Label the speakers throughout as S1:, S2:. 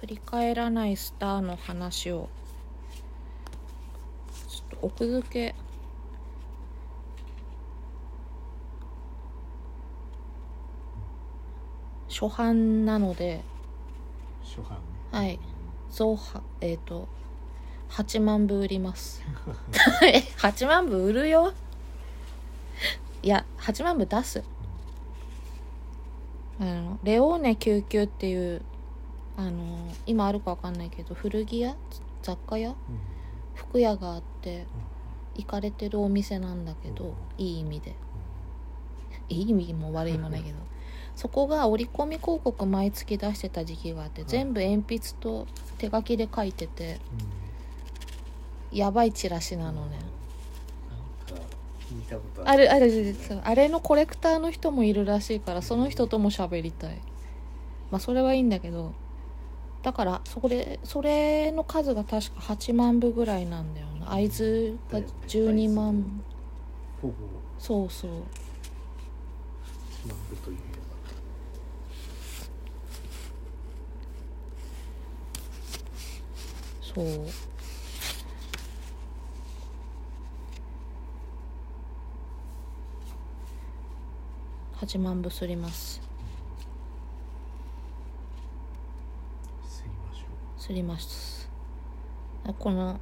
S1: 振り返らないスターの話をちょっと奥付け初版なので
S2: 初版ね
S1: はい増版えっ、と8万部売りますえ8万部売るよいや8万部出すあのレオーネ99っていうあの今あるかわかんないけど古着屋雑貨屋
S2: うん
S1: 服屋があって行かれてるお店なんだけどいい意味でいい意味も悪い意味もないけどそこが折り込み広告毎月出してた時期があって全部鉛筆と手書きで書いてて
S2: うんうん
S1: やばいチラシなのね
S3: なんか聞いたこと
S1: あるあるそうあれのコレクターの人もいるらしいからその人とも喋りたいまあそれはいいんだけどだからそれそれの数が確か8万部ぐらいなんだよな会津が12万
S3: ほぼ
S1: そうそう
S3: スマホといえば
S1: そう8万部すります
S2: すりましょ
S1: すりますこの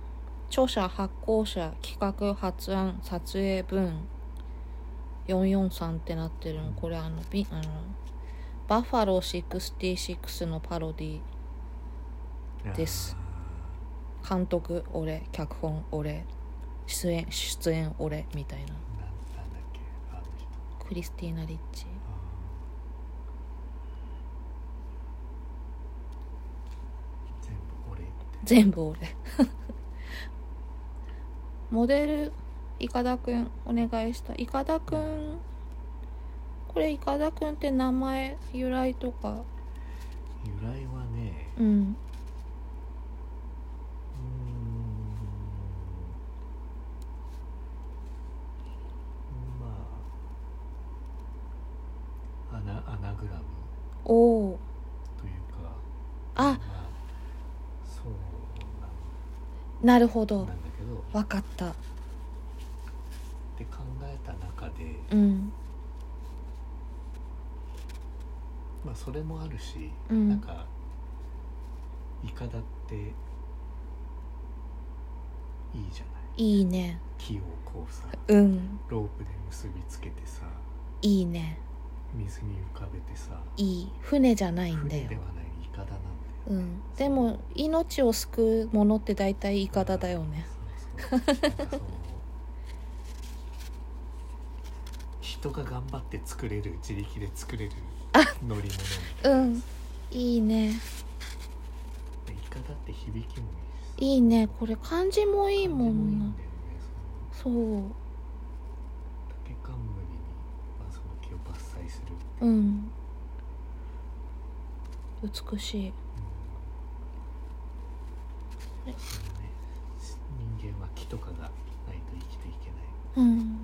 S1: 著者発行者企画発案撮影文443ってなってるのこれあのビあのバッファロー66のパロディ
S2: う
S1: です監督俺脚本俺出演出演俺みたいな
S2: あーなんなんだっけあの人
S1: クリスティーナ・リッチ
S2: あー全部俺って
S1: 全部俺 モデルいかだくんお願いしたいかだくんこれいかだくんって名前由来とか
S2: 由来はね
S1: うん
S2: うーんまあアナアナグラム
S1: おお
S2: というか
S1: あ
S2: まあ、そうな
S1: なるほど
S2: んだけど
S1: わかった
S2: って考えた中で、
S1: うん
S2: まあ、それもあるし、
S1: うん
S2: なんかイカだっていいじゃない
S1: いいね
S2: 木をこうさ
S1: うん
S2: ロープで結びつけてさ
S1: いいね
S2: 水に浮かべてさ
S1: いい船じゃないんだ
S2: 船で
S1: よ
S2: はないイカだなんだよ、
S1: うんでも命を救うものって大体イカダだよね
S2: そうそうなんかその人が頑張って作れる自力で作れる乗り物みたいな
S1: うんいいね
S2: でイカだって響きもいいし
S1: いいねこれ漢字もいいも
S2: 感
S1: ん
S2: じもい
S1: な
S2: い
S1: ん
S2: だよねそ
S1: そう
S2: の竹冠に、まあ、その木を伐採する、
S1: うん美しい
S2: うん
S1: え
S2: そのねし人間は木とかがないと生きていけない
S1: うん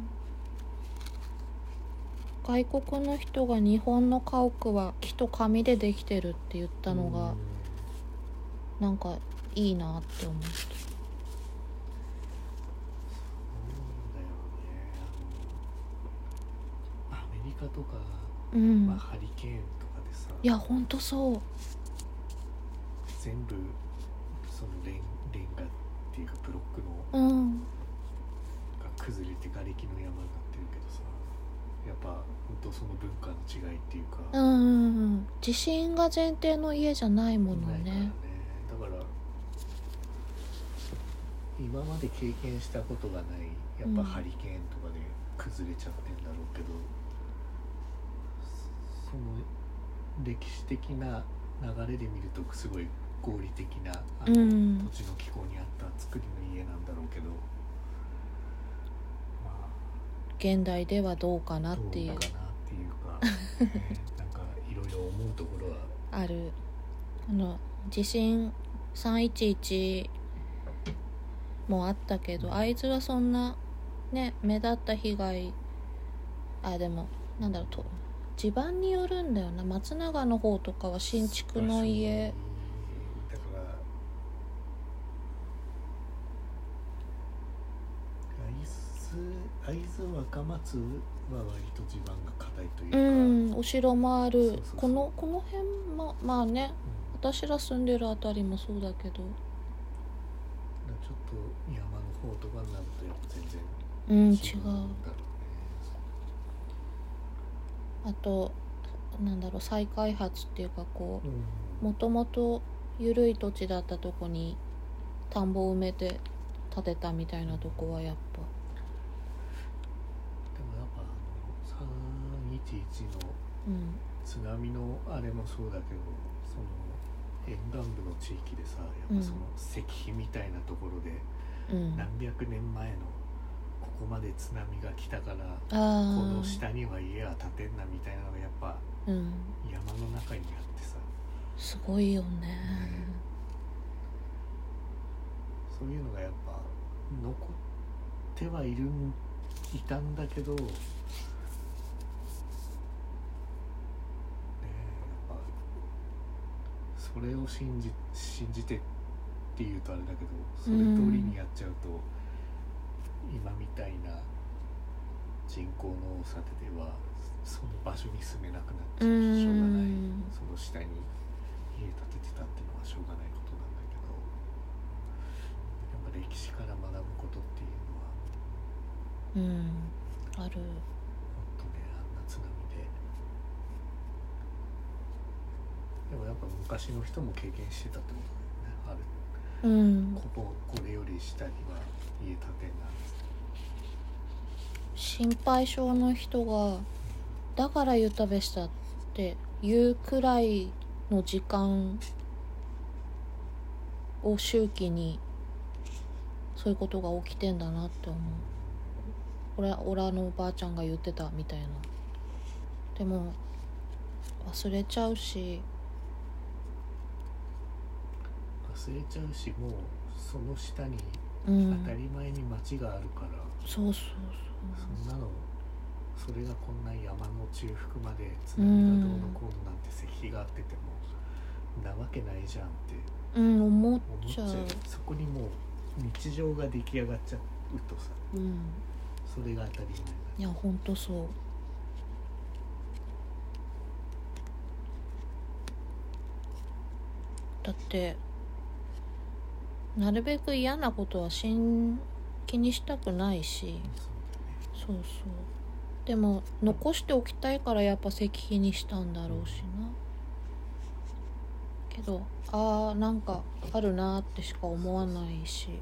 S1: 外国の人が日本の家屋は木と紙でできてるって言ったのがなんかいいなって思って
S2: そうだよねあのアメリカとか、
S1: うん、
S2: まあ、ハリケーンとかでさ
S1: いやほんとそう
S2: 全部そのレンレンガっていうかブロックの
S1: うん
S2: が崩れて瓦礫の山になってるけどさやっぱ本当その文化の違いっていうか、
S1: うんうんうん地震が前提の家じゃないもの
S2: ないからね
S1: ね
S2: だから今まで経験したことがないやっ
S1: うん
S2: ぱハリケーンとかで崩れちゃってんだろうけど、その歴史的な流れで見るとすごい合理的なあの、
S1: うん
S2: 土地の気候に合った作りの家なんだろうけどまあ
S1: 現代ではどうかなっ
S2: どう
S1: ていう
S2: かなってい うか、ねなんかいろいろ思うところは
S1: あるあの地震311もあったけど会津はそんなね目立った被害あでもなんだろうと地盤によるんだよな松永の方とかは新築の家
S2: だ若松は割と地盤が硬いという
S1: う
S2: か、
S1: んお城もある
S2: そうそうそう
S1: このこの辺ままあね
S2: うん
S1: 私ら住んでるあたりもそうだけど
S2: だからちょっと山の方とかになるとやっぱ全然
S1: うん違う
S2: だろ
S1: あとなんだろう再開発っていうかこ
S2: うね
S1: うもともと緩い土地だったとこに田んぼを埋めて建てたみたいなとこはやっぱ
S2: でもやっぱあの311の
S1: うん
S2: 津波のあれもそうだけどその沿岸部の地域でさやっぱその石碑みたいなところで
S1: うん
S2: 何百年前のここまで津波が来たから
S1: あ
S2: こ
S1: ー
S2: の下には家は建てんなみたいなのがやっぱ
S1: うん
S2: 山の中にあってさ
S1: すごいよね
S2: そういうのがやっぱ残ってはいるんいたんだけどねえやっぱそれを信じ信じてっていうとあれだけどそれ通りにやっちゃうと、今みたいな人口の多さではその場所に住めなくなっちゃ
S1: う
S2: うししょうがない。
S1: ん
S2: その下に家建ててたっていうのはしょうがないことなんだけどやっぱ歴史から学ぶことっていうのは
S1: うんある
S2: 本当ねあんな津波ででもやっぱ昔の人も経験してたってことだよねある
S1: うん
S2: こここれより下には家建てんな
S1: 心配性の人がだから言ったべしたって言うくらいの時間を周期にそういうことが起きてんだなって思う俺俺のおばあちゃんが言ってたみたいなでも忘れちゃうし
S2: 忘れちゃうしもうその下に
S1: う
S2: 当
S1: ん
S2: たり前に町があるから、
S1: そうそう
S2: そんなのそれがこんな山の中腹まで津波がどうのこうのなんて石碑があっててもなわけないじゃんって
S1: そううん思っ
S2: 思っち
S1: ち
S2: ゃ
S1: ゃ
S2: う
S1: う
S2: そこにもう日常が出来上がっちゃうとさ
S1: うん
S2: それが当たり前だ
S1: いやほんとそうだってなるべく嫌なことはしん気にしたくないしそう
S2: そうだ
S1: そうでも残しておきたいからやっぱ石碑にしたんだろうしなけどあーなんかあるなーってしか思わないし
S2: ね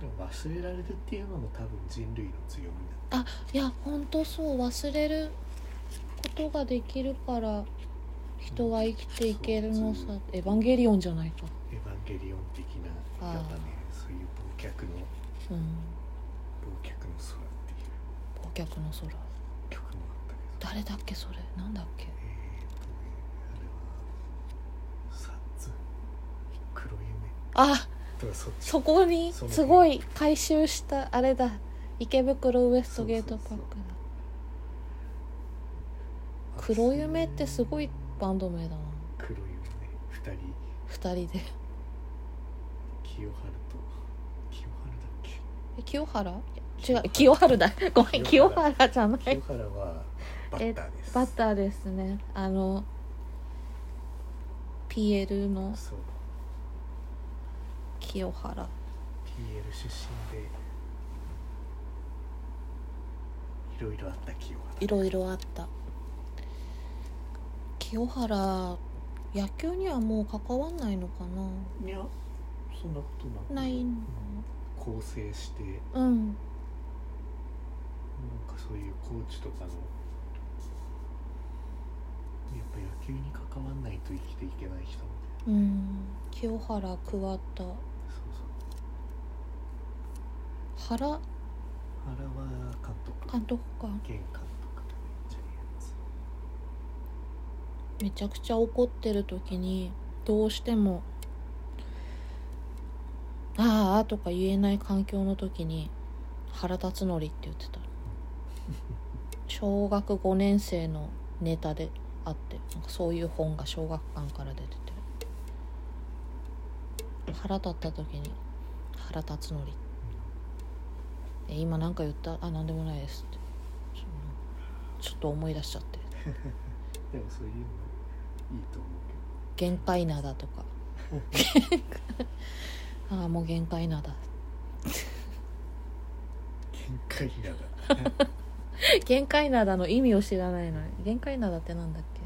S2: でも忘れられるっていうのも多分人類の強みだ
S1: あいやほんとそう忘れることができるから人は生きていけるのさ
S2: そう
S1: エヴァンゲリオンじゃないか
S2: エヴァンゲリオン的な
S1: あー
S2: やっぱねそういう忘却の
S1: うん
S2: 忘却の空ってい
S1: 忘
S2: う
S1: 却の空
S2: 曲もあったけど
S1: 誰だっけそれなんだっけ
S2: えーっとねあれはサッツ黒夢
S1: あ
S2: とかそっち
S1: そこに
S2: その
S1: すごい回収したあれだ池袋ウエストゲートパ
S2: そ
S1: ッ
S2: うそう
S1: クだ黒夢ってすごいバンド名だな
S2: 黒夢ね二人
S1: 2人で
S2: 清春と清春だっけ
S1: え清原違う清原だごめん清
S2: 清原
S1: 原じゃない
S2: 清原はバッターです
S1: バッターですねあの PL の
S2: そう
S1: 清原
S2: PL 出身でいろいろあった清原
S1: いろいろあった清原野球にはもう関わんないのか
S2: いやそんなことなく
S1: なないの
S2: 構成してなん
S1: かなうん
S2: かそういうコーチとかのやっぱ野球に関わんないと生きていけない人みたいな
S1: うん清原桑田
S2: そうそう
S1: 原
S2: 原は監督
S1: 監督か
S2: 現監督めっちゃいいやつ
S1: めちゃくちゃ怒ってる時にどうしても「あーあ」とか言えない環境の時に「原辰徳」って言ってた小学5年生のネタであってなんかそういう本が小学館から出てて腹立った時に「原辰徳」え今なんか言ったあなんでもないですってそのちょっと思い出しちゃって
S2: でもそういうのいいと思うけど
S1: 限界灘とかああもう限界灘
S2: 限界だが
S1: 限界灘の意味を知らないのに限界灘ってなんだっけ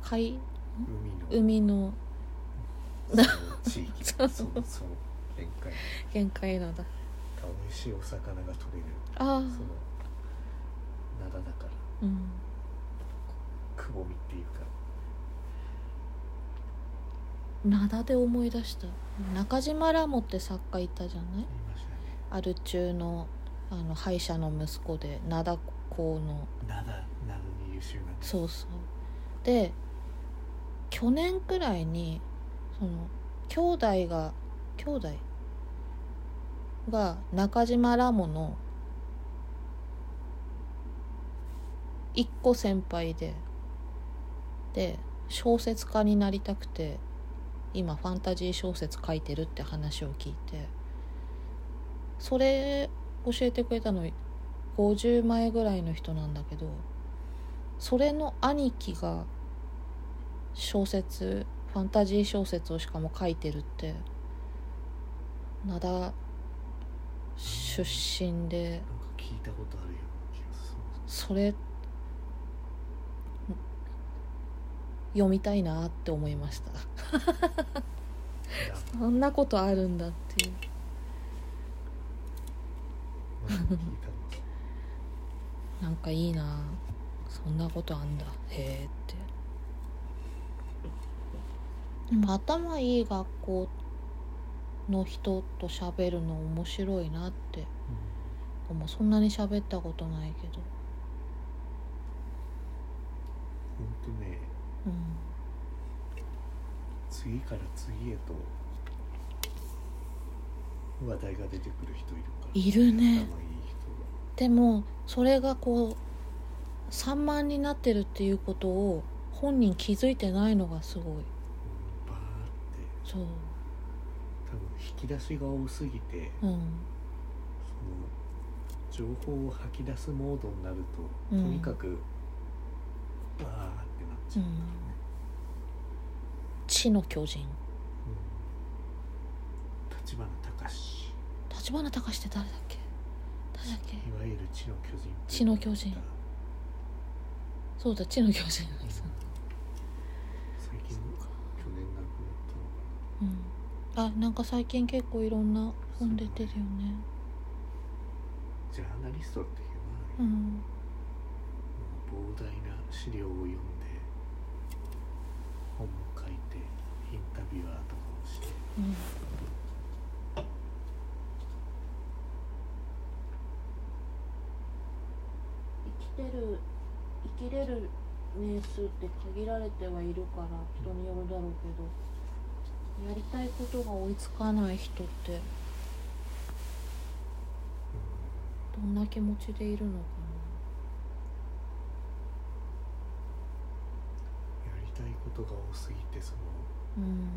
S1: 海
S2: 海の
S1: 海の
S2: その地域そ
S1: そう
S2: のその限界
S1: 限界灘
S2: 美味しいお魚が取れる
S1: ああ
S2: その灘だから
S1: うん
S2: くぼみっていうか
S1: 灘で思い出した中島ラモって作家いたじゃない
S2: 言いましたね
S1: アル中のあの歯医者の息子で灘高の
S2: 灘なのに優秀なんです
S1: そうそうで去年くらいにその兄弟が兄弟が中島ラモの一個先輩でで小説家になりたくて今ファンタジー小説書いてるって話を聞いてそれ教えてくれたの50前ぐらいの人なんだけどそれの兄貴が小説ファンタジー小説をしかも書いてるって灘出身で
S2: なんか聞いたことあるような気がする
S1: それ読みたいなって思いました
S2: いや
S1: そんなことあるんだっていう
S2: まだ聞いたの
S1: なんかいいなそんなことあんだへえってでも頭いい学校の人と喋るの面白いなって思うそんなに喋ったことないけど
S2: ほんとね
S1: うん
S2: 次から次へと話題が出てくる人いるから
S1: いるね
S2: 頭いい
S1: でもそれがこう散漫になってるっていうことを本人気づいてないのがすごい
S2: 人が、うん、バーって
S1: そう
S2: 多分引き出しが多すぎて
S1: うん
S2: その情報を吐き出すモードになると、
S1: うん
S2: とにかくバーってなっち
S1: う
S2: ゃ
S1: ん
S2: う、うん
S1: 地の巨人
S2: 立花隆
S1: 立花隆って誰だっけ誰だっけ
S2: いわゆる知の巨人
S1: 知の巨人
S2: と言わ
S1: そうだ地の巨人
S2: れた最近去年亡くなったのかな
S1: うんあなんか最近結構いろんな本出てるよね
S2: ジャーナリストってい
S1: う
S2: うのは、
S1: ん
S2: もう膨大な資料を読んで本も書いてインタビュアーとかをして
S1: うん生きてる生きれる年数って限られてはいるから人によるだろうけどやりたいことが追いつかない人ってどんな気持ちでいるのか
S2: やりたいことが多すぎてその
S1: なうん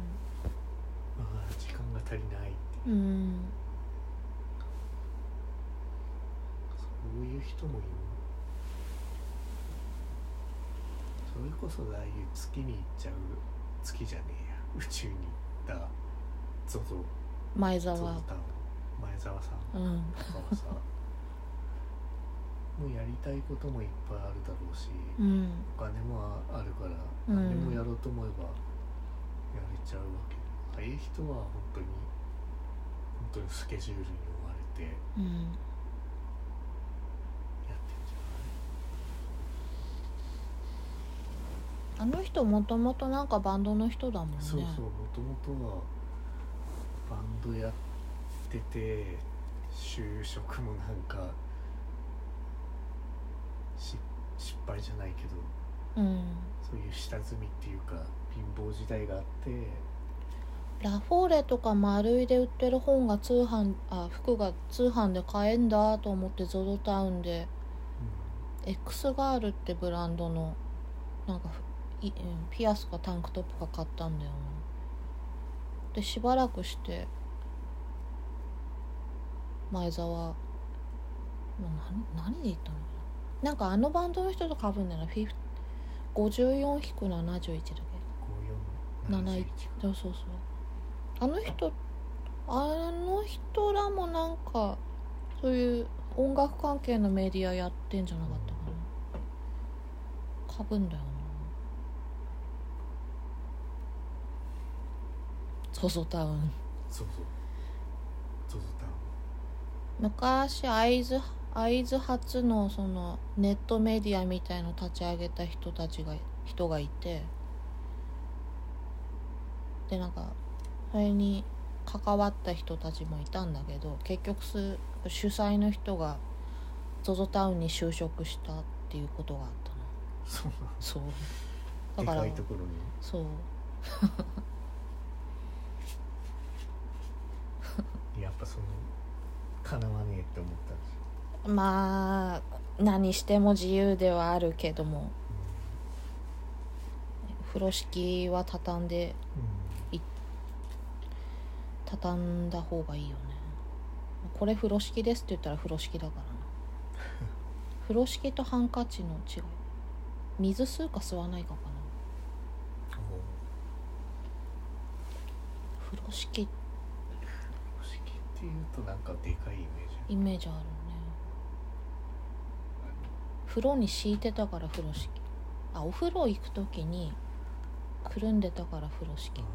S2: ああ時間が足りないっ
S1: う
S2: て
S1: ん
S2: そういう人もいるそれこそああいう月に行っちゃう月じゃねえや宇宙に行ったゾゾ
S1: 前
S2: ゾゾ
S1: 澤
S2: タウン前澤さん
S1: うん
S2: とかはさもうやりたいこともいっぱいあるだろうし、
S1: うん
S2: お金もあるから
S1: うん
S2: 何でもやろうと思えばやれちゃうわけ、早い人は本当に本当にスケジュールに追われてや
S1: うん
S2: ってんじゃ
S1: あの人もともとなんかバンドの人だもんね
S2: ない、そうそうもともとはバンドやってて就職もなんかし失敗じゃないけど
S1: うん、
S2: そういう下積みっていうか貧乏時代があって
S1: ラフォーレとか丸いで売ってる本が通販あ服が通販で買えんだと思ってゾゾタウンで X ガールってブランドのなんかふいうんピアスかタンクトップか買ったんだよなでしばらくして前澤な何何で言ったのかななんかあのバンドの人とかぶんなら54-71だけ
S2: 54
S1: 71そうそうそうあの人あの人らもなんかそういう音楽関係のメディアやってんじゃなかったかなかぶんだよなソソタウン
S2: そうそうゾゾタウン
S1: 昔会津会津発のそのネットメディアみたいの立ち上げた人たちが人がいてでなんかそれに関わった人たちもいたんだけど結局す主催の人が ZOZO タウンに就職したっていうことがあったな
S2: そう
S1: そうだ
S2: で
S1: から
S2: かいところに
S1: そう
S2: やっぱそのかなわねえって思ったんですよ
S1: まあ何しても自由ではあるけども風呂敷は畳んで畳んだ方がいいよねこれ風呂敷ですって言ったら風呂敷だからな風呂敷とハンカチの違い水吸うか吸わないかかな
S2: うん
S1: 風呂敷
S2: 不思議っていうとなんかでかいイメージ
S1: イメージあるね風呂に敷いてたから風呂敷あお風呂行く時にくるんでたから風呂敷か、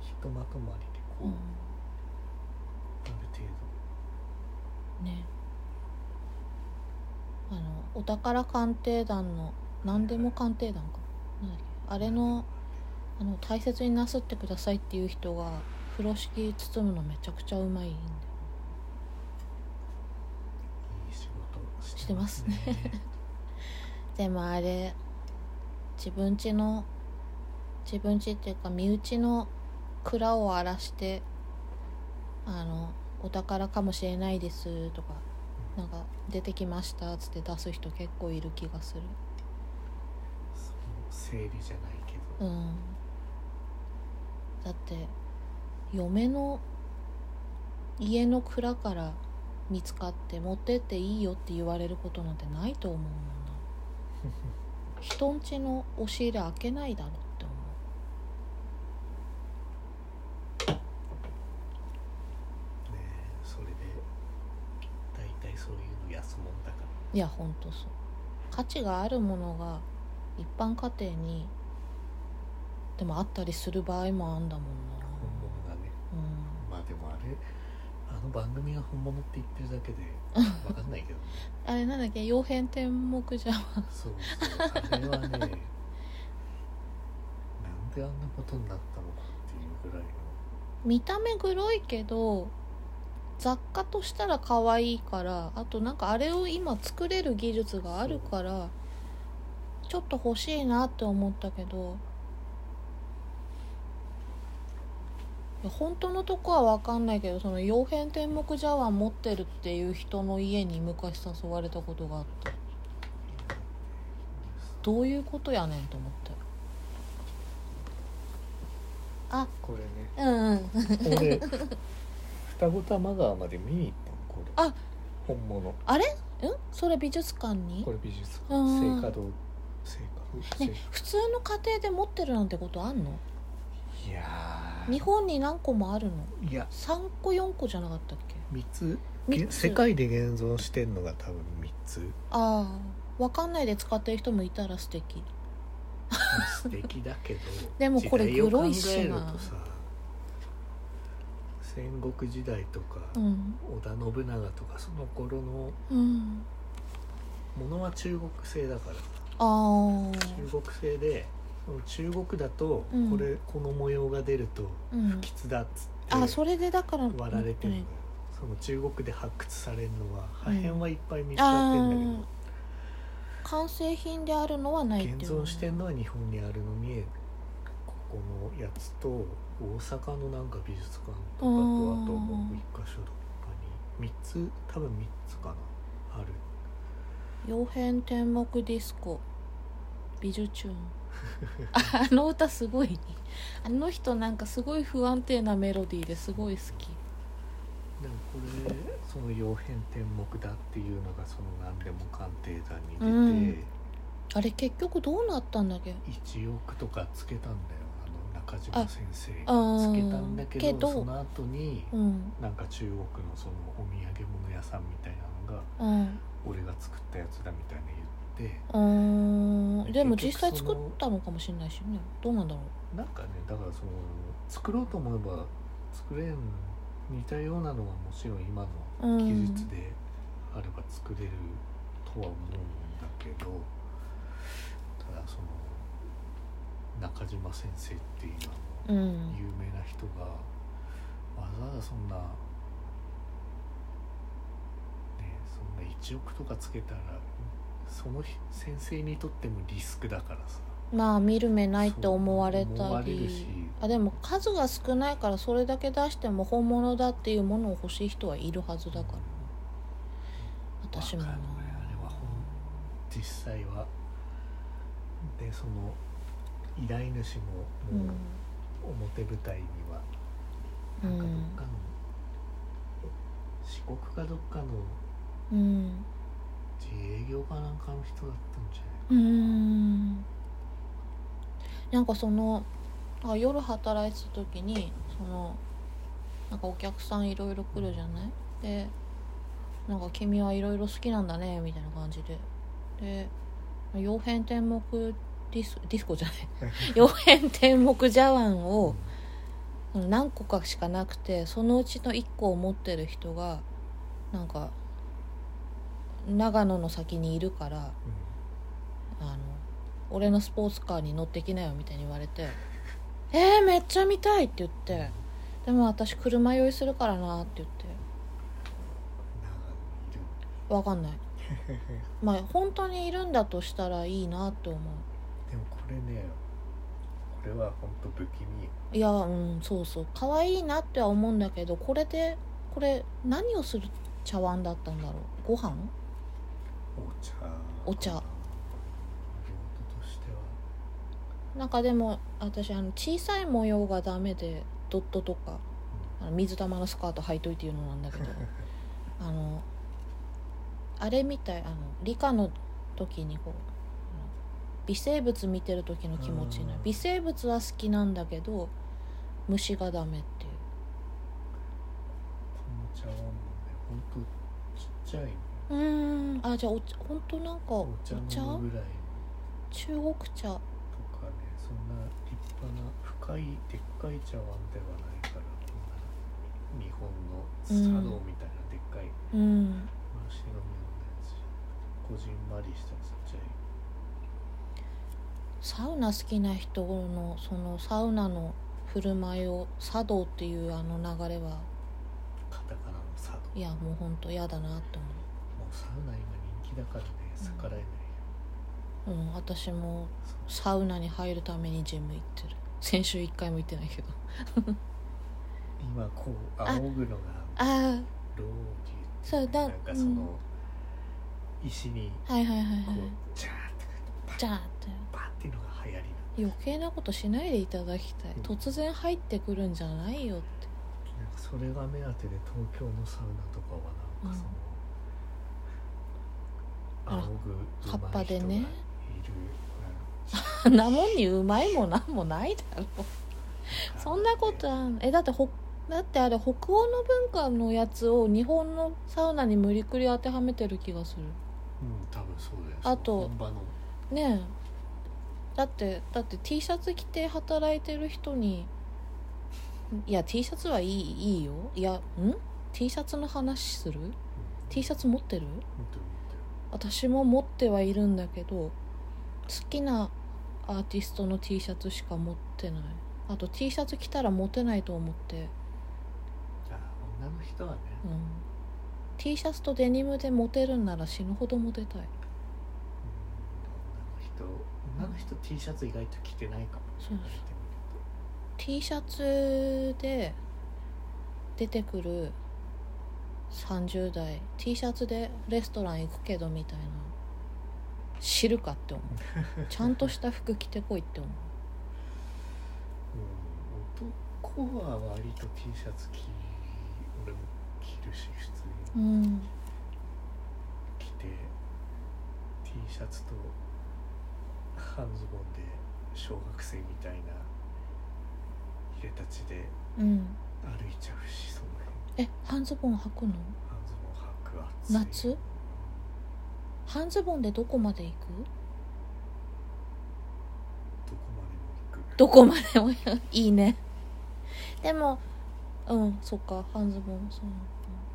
S2: ひとまとまりでこう、
S1: うん
S2: ある程
S1: ねあのお宝鑑定団の何でも鑑定団かなんだっけあれのあの大切になすってくださいっていう人が風呂敷包むのめちゃくちゃうまいんだよ
S2: 度いい仕事を
S1: してでもあれ自分家の自分家っていうか身内の蔵を荒らしてあのお宝かもしれないですとかなんか出てきましたっつって出す人結構いる気がする
S2: その整理じゃないけ
S1: う
S2: ど、
S1: んだって嫁の家の蔵から見つかって持ってっていいよって言われることなんてないと思うもんな人んちの押し入れ開けないだろって思
S2: ねえそれで大体そういうの安物だから
S1: ういやほんとそう価値があるものが一般家庭にでもあったりする場合もあんだもんな
S2: 本物がね
S1: うん
S2: まあでもあれあの番組が本物って言ってるだ けでわかんないけどね
S1: あれなんだっけ曜変天目じゃん
S2: そうそうあれはねなんであんなことになったのかっていうぐらいの
S1: 見た目グロいけど雑貨としたら可愛いからあとなんかあれを今作れる技術があるからちょっと欲しいなって思ったけどいや本当のとこは分かんないけどその曜変天目茶碗持ってるっていう人の家に昔誘われたことがあったどういうことやねんと思ってあ
S2: これね
S1: うんうん
S2: 俺双子玉川まで見に行ったのこれ
S1: あ
S2: 本物
S1: うんそれ美術館に
S2: これ美術館
S1: うん
S2: 聖華堂聖華堂
S1: ね普通の家庭で持ってるなんてことあんの
S2: いやー
S1: 日本に何個もあるの
S2: いや
S1: 3個4個じゃなかったっけ
S2: 3つ
S1: 三
S2: げ
S1: つ
S2: 世界で現存してんのが多分3つ
S1: ああ分かんないで使ってる人もいたら素敵
S2: 素敵だけど
S1: でもこれ
S2: 時代を
S1: グロいしな
S2: 考えるとさ戦国時代とか、
S1: うん
S2: 織田信長とかその頃の
S1: うん
S2: ものは中国製だから
S1: ああ
S2: 中国製でその中国だと
S1: うん
S2: これ、この模様が出ると
S1: うん
S2: 不吉だっつって
S1: あそれでだから
S2: 割られてるのよ
S1: ね
S2: その中国で発掘されるのは破
S1: うん
S2: 片はいっぱい見つかってんだ
S1: 完成品であるのはない
S2: けど、
S1: ってい
S2: 現
S1: う
S2: 存してんのは日本にあるのにここのやつと大阪のなんか美術館とかとあと
S1: う
S2: も
S1: ん
S2: う一箇所どっかに3つ多分3つかなある
S1: 曜変天目ディスコビジュチューン ああの歌すごいあの人なんかすごい不安定なメロディーですごい好き
S2: でもこれその曜変天目だっていうのがその何でも鑑定団に出て、
S1: うんあれ結局どうなったんだっけ
S2: 1億とかつけたんだよあの中
S1: あ
S2: 島先生
S1: あ
S2: が
S1: ー
S2: つけたんだけど
S1: けど
S2: その後に
S1: うん
S2: なんか中国のそのお土産物屋さんみたいなのが
S1: うん
S2: 俺が作ったやつだみたいに言って
S1: うーんでも
S2: 結
S1: 実
S2: 局
S1: 際
S2: そ
S1: 作
S2: の
S1: ったのかもしれないしねどうなんだろ
S2: なんかねだからその作ろうと思えば作れん似たようなのはもちろん今
S1: う、
S2: の
S1: うん、
S2: 技術であれば作れるとは思うんだけどただその中島先生っていう
S1: う
S2: 今の有
S1: ん
S2: 名な人がわざわざそんなねそんな1億とかつけたらその日先生にとってもリスクだからさ
S1: まあ見る目ないって思われ
S2: そう思
S1: た
S2: われるし
S1: りあでも数が少ないからそれだけ出しても本物だっていうものを欲しい人はいるはずだから私も
S2: わ
S1: な
S2: かんないあれはほん実際はでその依頼主
S1: う
S2: もも
S1: ん
S2: う表舞台には
S1: う
S2: なんかどっ
S1: ん
S2: かの、四国かどっかの
S1: うん
S2: 自営業かなんかの人だったんじゃ
S1: うー
S2: ないか
S1: んなんかそのなんか夜働いてた時にそのなんかお客さんいろいろ来るじゃないでなんか「君はいろいろ好きなんだね」みたいな感じでで「曜変天目ディスディスコじゃない曜変天目茶碗を何個かしかなくてそのうちの1個を持ってる人がなんか長野の先にいるから
S2: うん
S1: あの俺のスポーツカーに乗ってきなよみたいに言われて「えー、めっちゃ見たい!」って言って「でも私車酔いするからな」って言ってわかん ないまあ本当にいるんだとしたらいいなって思
S2: でもこれねこれは本当不気味
S1: ういやうんそうそう可愛いなっては思うんだけどこれでこれ何をする茶碗だったんだろうご飯
S2: お茶かな
S1: お茶
S2: 用途としては
S1: なんかでも私あの小さい模様がダメでドットとかあの水玉のスカート履いといていうのなん だけどあのあれみたいあの理科の時にこうあの微生物見てる時の気持ちになる
S2: うん
S1: 微生物は好きなんだけど虫がダメっていう
S2: この茶碗もね本当ちっちゃいの
S1: うーんあじゃあお茶本当なんかお
S2: お茶
S1: 茶
S2: 飲むぐらいの
S1: 中国茶
S2: とかねそんな立派な深いでっかい茶碗ではないからこんな日本の茶道みたいなでっかい
S1: うん
S2: 回し飲みのやつこじんまりしたちっちゃい
S1: サウナ好きな人のそのサウナの振る舞いを茶道っていうあの流れは
S2: カタカナの茶道
S1: いやもうほんと嫌だなって思う
S2: もうサウナ今人気だからね逆らえないよ、
S1: うん、私も
S2: そう
S1: サウナに入るためにジム行ってる先週一回も行ってないけど
S2: 今こう
S1: あ
S2: 仰ぐのが
S1: あ
S2: ローリュ
S1: そうだ
S2: なんかその、
S1: うん
S2: 石に
S1: あはいはいはい
S2: こ
S1: は
S2: う
S1: い
S2: ジャーって
S1: じゃあって
S2: バーっていうのが流行りな
S1: 余計なことしないでいただきたい
S2: うん
S1: 突然入ってくるんじゃないよって
S2: なんかそれが目当てで東京のサウナとかはなんかその、
S1: あら
S2: 仰ぐ
S1: 葉っぱでね
S2: 上手い人がいる
S1: あんなもんにうまいもなんもないだろ
S2: か
S1: そんなことあんえだってほだってあれ北欧の文化のやつを日本のサウナに無理くり当てはめてる気がする
S2: うん多分そうだよ
S1: あと
S2: 本場の
S1: ねえだってだって T シャツ着て働いてる人にいや T シャツはいいいいよいやん T シャツの話する T シャツ持ってる
S2: 本当に
S1: 私も持ってはいるんだけど好きなアーティストの T シャツしか持ってないあと T シャツ着たらモテないと思って、
S2: あ女の人はね
S1: うん、T シャツとデニムでモテるんなら死ぬほどモテたい
S2: うん女の人女の人 T シャツ意外と着てないかもしれない
S1: そう T シャツで出てくる30代 T シャツでレストラン行くけどみたいな知るかって思 うちゃんとした服着てこいって思う
S2: うん男は割と T シャツ着俺も着着るし普通
S1: う
S2: に
S1: ん
S2: 着て T シャツと半ズボンで小学生みたいないでたちで
S1: うん
S2: 歩いちゃうしその辺
S1: え半ズボン履くの
S2: 半ズボン履く暑い
S1: 夏半ズボンでどこまで行く
S2: どこまでも行く
S1: どこまでもいいねでもうんそっか半ズボンそう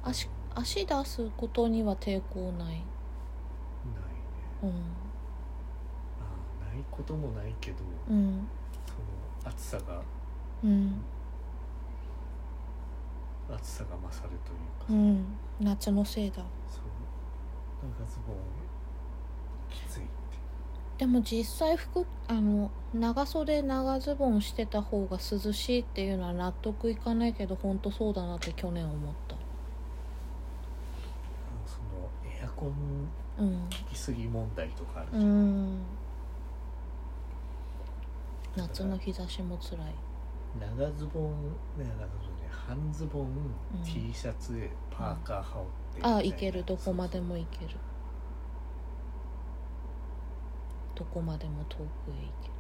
S1: うん足足出すことには抵抗ない
S2: ないね
S1: うん
S2: ああないこともないけど
S1: うん
S2: その暑さが
S1: うん
S2: 暑さが勝るというか、
S1: うん夏のせいだ
S2: そう長ズボンきついって
S1: でも実際服あの長袖長ズボンしてた方が涼しいっていうのは納得いかないけど本当そうだなって去年思っ
S2: あのそのエアコン
S1: たうん
S2: 効きすぎ問題とかあるじ
S1: う
S2: ゃん、
S1: ん夏の日差しも辛い
S2: 長ズボンね長ズボンね半ズボン、
S1: うん
S2: T シャツパーカー羽織ってみたいな
S1: あいけるどこまでもいけるどこまでも遠くへ行ける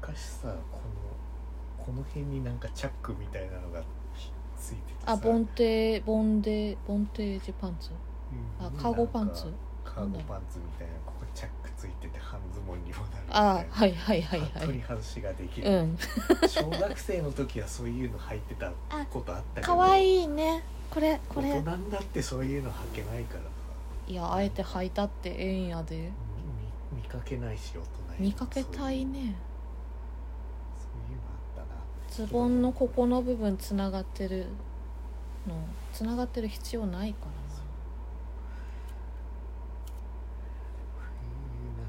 S2: 昔さこのこの辺になんかチャックみたいなのがひついててさ
S1: あボンテボンデボンテージパンツ
S2: うん
S1: あカーゴパンツ
S2: なんかカーゴパンツみたいなここチャックついてて半ズボンにもなるみたいな
S1: あはいはいはいは
S2: 取
S1: い
S2: り外しができ
S1: う
S2: る、
S1: ん
S2: 小学生の時はそういうの履いてたことあったけど
S1: 可愛いねこれこれ
S2: 大人になってそういうの履けないからさ
S1: いやあえて履いたってええんやで
S2: み見かけないし大人に
S1: 見かけたいね
S2: そういうそういうのあった
S1: ズ
S2: な
S1: ボンのここの部分つながってるのつながってる必要ないから
S2: そう冬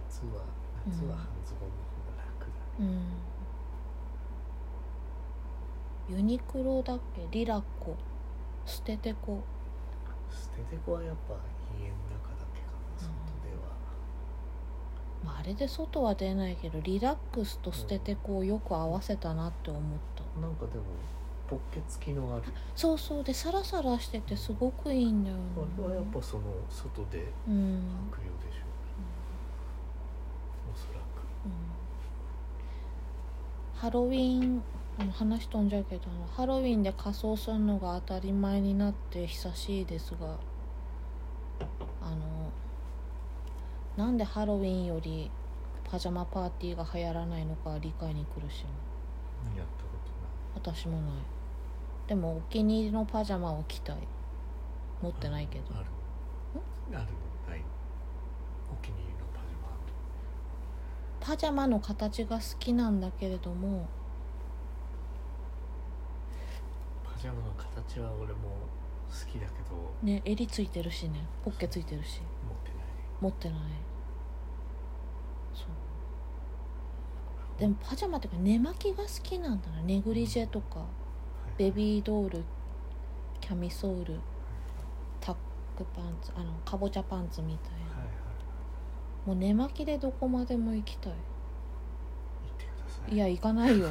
S2: 夏は夏は半ズボンの方が楽だ、
S1: なう
S2: ね
S1: んユニクロだっけリラコ捨ててこ
S2: 捨ててこはやっぱ家の中だけかな外では、
S1: まあ、あれで外は出ないけどリラックスと捨ててこをよく合わせたなって思った
S2: なんかでもポッケ付きのある
S1: そうそうでサラサラしててすごくいいんだよね
S2: あれはやっぱその外で
S1: うん
S2: 白用でしょう、おそらく
S1: うんハロウィンあの話飛んじゃうけどあのハロウィンで仮装するのが当たり前になって久しいですがあのなんでハロウィンよりパジャマパーティーが流行らないのか理解に苦しむ
S2: やったことない
S1: 私もないでもお気に入りのパジャマを着たい持ってないけど
S2: あるあるないお気に入りのパジャマ
S1: パジャマの形が好きなんだけれども
S2: パジャマの形は俺も好きだけど
S1: ね襟ついてるしねポッケついてるし
S2: 持ってない
S1: 持ってないそうでもパジャマっていうか寝巻きが好きなんだなネグリジェとかベビードールキャミソールタックパンツあのかぼちゃパンツみたい
S2: はい
S1: な
S2: はい
S1: もう寝巻きでどこまでも行きたい
S2: 言ってください
S1: いや行かないよ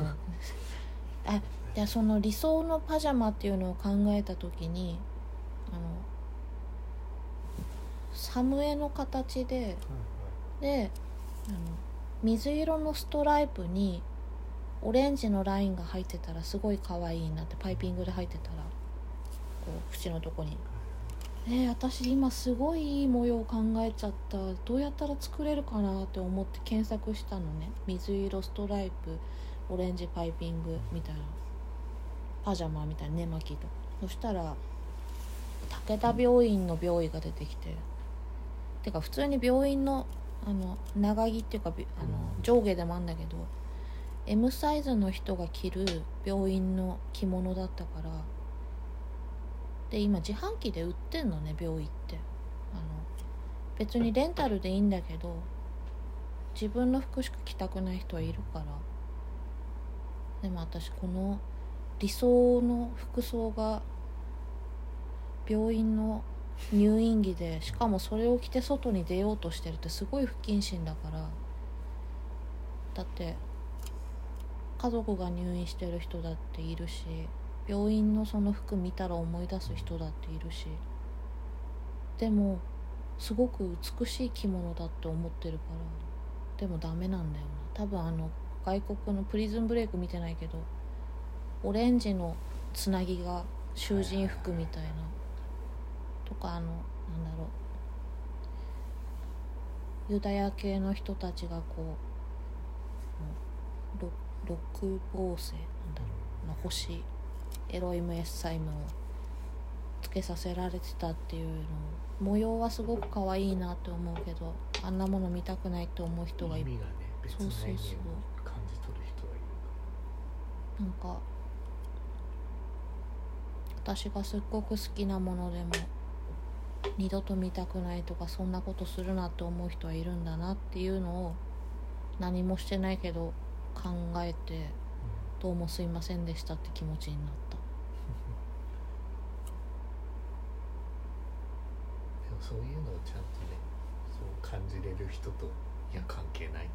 S1: あでその理想のパジャマっていうのを考えた時にあのサムエの形で
S2: は
S1: であの水色のストライプにオレンジのラインが入ってたらすごい可愛いなってパイピングで入ってたらこう縁のとこに「えー、私今すごいいい模様を考えちゃったどうやったら作れるかな?」って思って検索したのね水色ストライプオレンジパイピングみたいなパジャマみたいな寝巻きとかそしたら武田病院の病院が出てきててか普通に病院のあの長着っていうかびあの上下でもあんだけど M サイズの人が着る病院の着物だったからで今自販機で売ってんのね病院ってあの別にレンタルでいいんだけど自分の服しか着たくない人はいるからでも私この理想の服装が病院の入院着でしかもそれを着て外に出ようとしてるってすごい不謹慎だからだって家族が入院してる人だっているし病院のその服見たら思い出す人だっているしでもすごく美しい着物だって思ってるからでもダメなんだよな多分あの外国のプリズンブレイク見てないけどオレンジのつなぎが囚人服みたいなとかあのなんだろうユダヤ系の人たちがこうもうろ六芒星なんだろうの星エロイム・エッサイムをつけさせられてたっていうの模様はすごく可愛いなって思うけどあんなもの見たくないって思う人がい
S2: 意
S1: っぱい
S2: 味がね別
S1: そう
S2: の
S1: そう
S2: 意味
S1: そう
S2: を感じ取る人がいる
S1: なんか私がすっごく好きなものでも二度と見たくないとかそんなことするなって思う人はいるんだなっていうのを何もしてないけど考えてどうもすいませんでしたって気持ちになった
S2: でもそういうのをちゃんとねそう感じれる人といや関係ない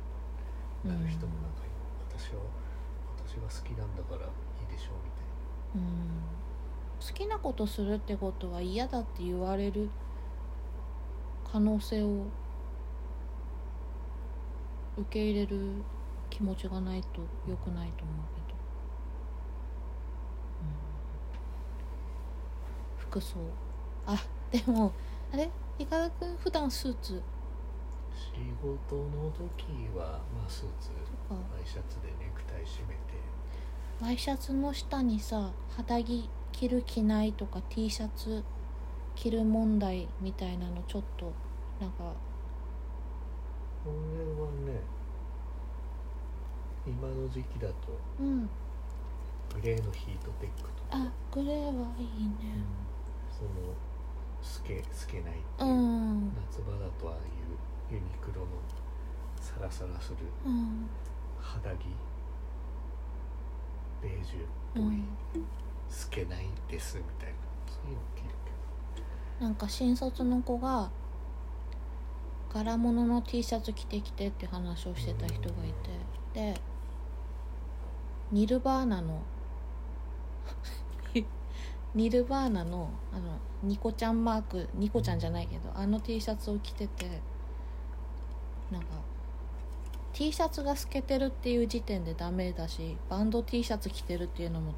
S2: なる人もなんかいる、私は私は好きなんだからいいでしょうみた
S1: う
S2: いな
S1: ん好きなことするってことは嫌だって言われる可能性を受け入れる気持ちがないと良くないと思うけど、うん、服装あでもあれ伊川君普段スーツ
S2: 仕事の時は、まあ、スーツ
S1: とか
S2: ワイシャツでネクタイ締めて
S1: ワイシャツの下にさ肌着着る着ないとか T シャツ着る問題みたいなのちょっとなんか
S2: これはね今の時期だと
S1: うん
S2: グレーのヒートテックとか
S1: あグレーはいいね
S2: その透け透けないって
S1: う
S2: いう、
S1: ん
S2: 夏場だとああいうユニクロのサラサラする
S1: うん
S2: 肌着ベージュっ
S1: う
S2: ぽい、
S1: ん
S2: 透けないですみたいなそういうの着るけど
S1: なんか新卒の子が柄物の T シャツ着てきてって話をしてた人がいてでニルバーナの ニルバーナのあのニコちゃんマークニコちゃんじゃないけどあの T シャツを着ててなんか T シャツが透けてるっていう時点でダメだしバンド T シャツ着てるっていうのも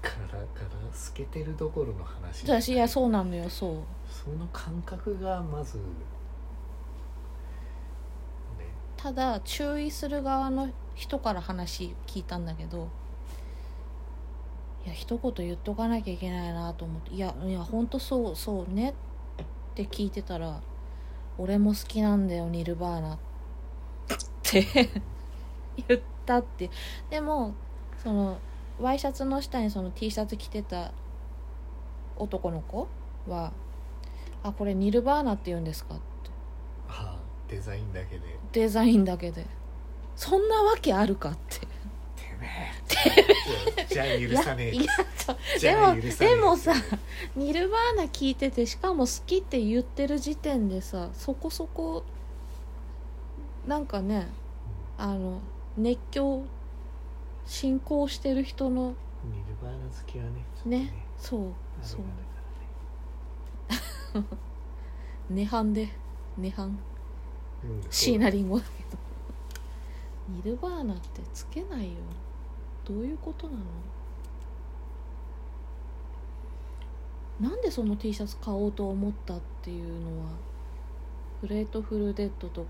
S2: からから透けてるどころの話じゃない
S1: 私いやそうなのよそう
S2: その感覚がまずね
S1: ただ注意する側の人から話聞いたんだけどいや一言言っとかなきゃいけないなと思って「いやいやほんとそうそうね」って聞いてたら「俺も好きなんだよニルバーナ」って 言ったってでもそのワイシャツの下にその T シャツ着てた男の子は「あこれニルバーナって言うんですか?」って
S2: ああデザインだけで
S1: デザインだけでそんなわけあるかって
S2: てめえ じゃあ許さねえ
S1: いやちょ
S2: じ
S1: で
S2: ゃあ
S1: も
S2: 許さねえ
S1: でもさニルバーナ聞いててしかも好きって言ってる時点でさそこそこなんかねあの熱狂信仰してる人の
S2: ニルバーナ好きはねちょっと
S1: ねそうそう
S2: あ
S1: 涅槃で涅槃
S2: れがだからね
S1: 椎名林檎だけどニルバーナってつけないよどういうことなのなんでその T シャツ買おうと思ったっていうのはグレートフルデッドとか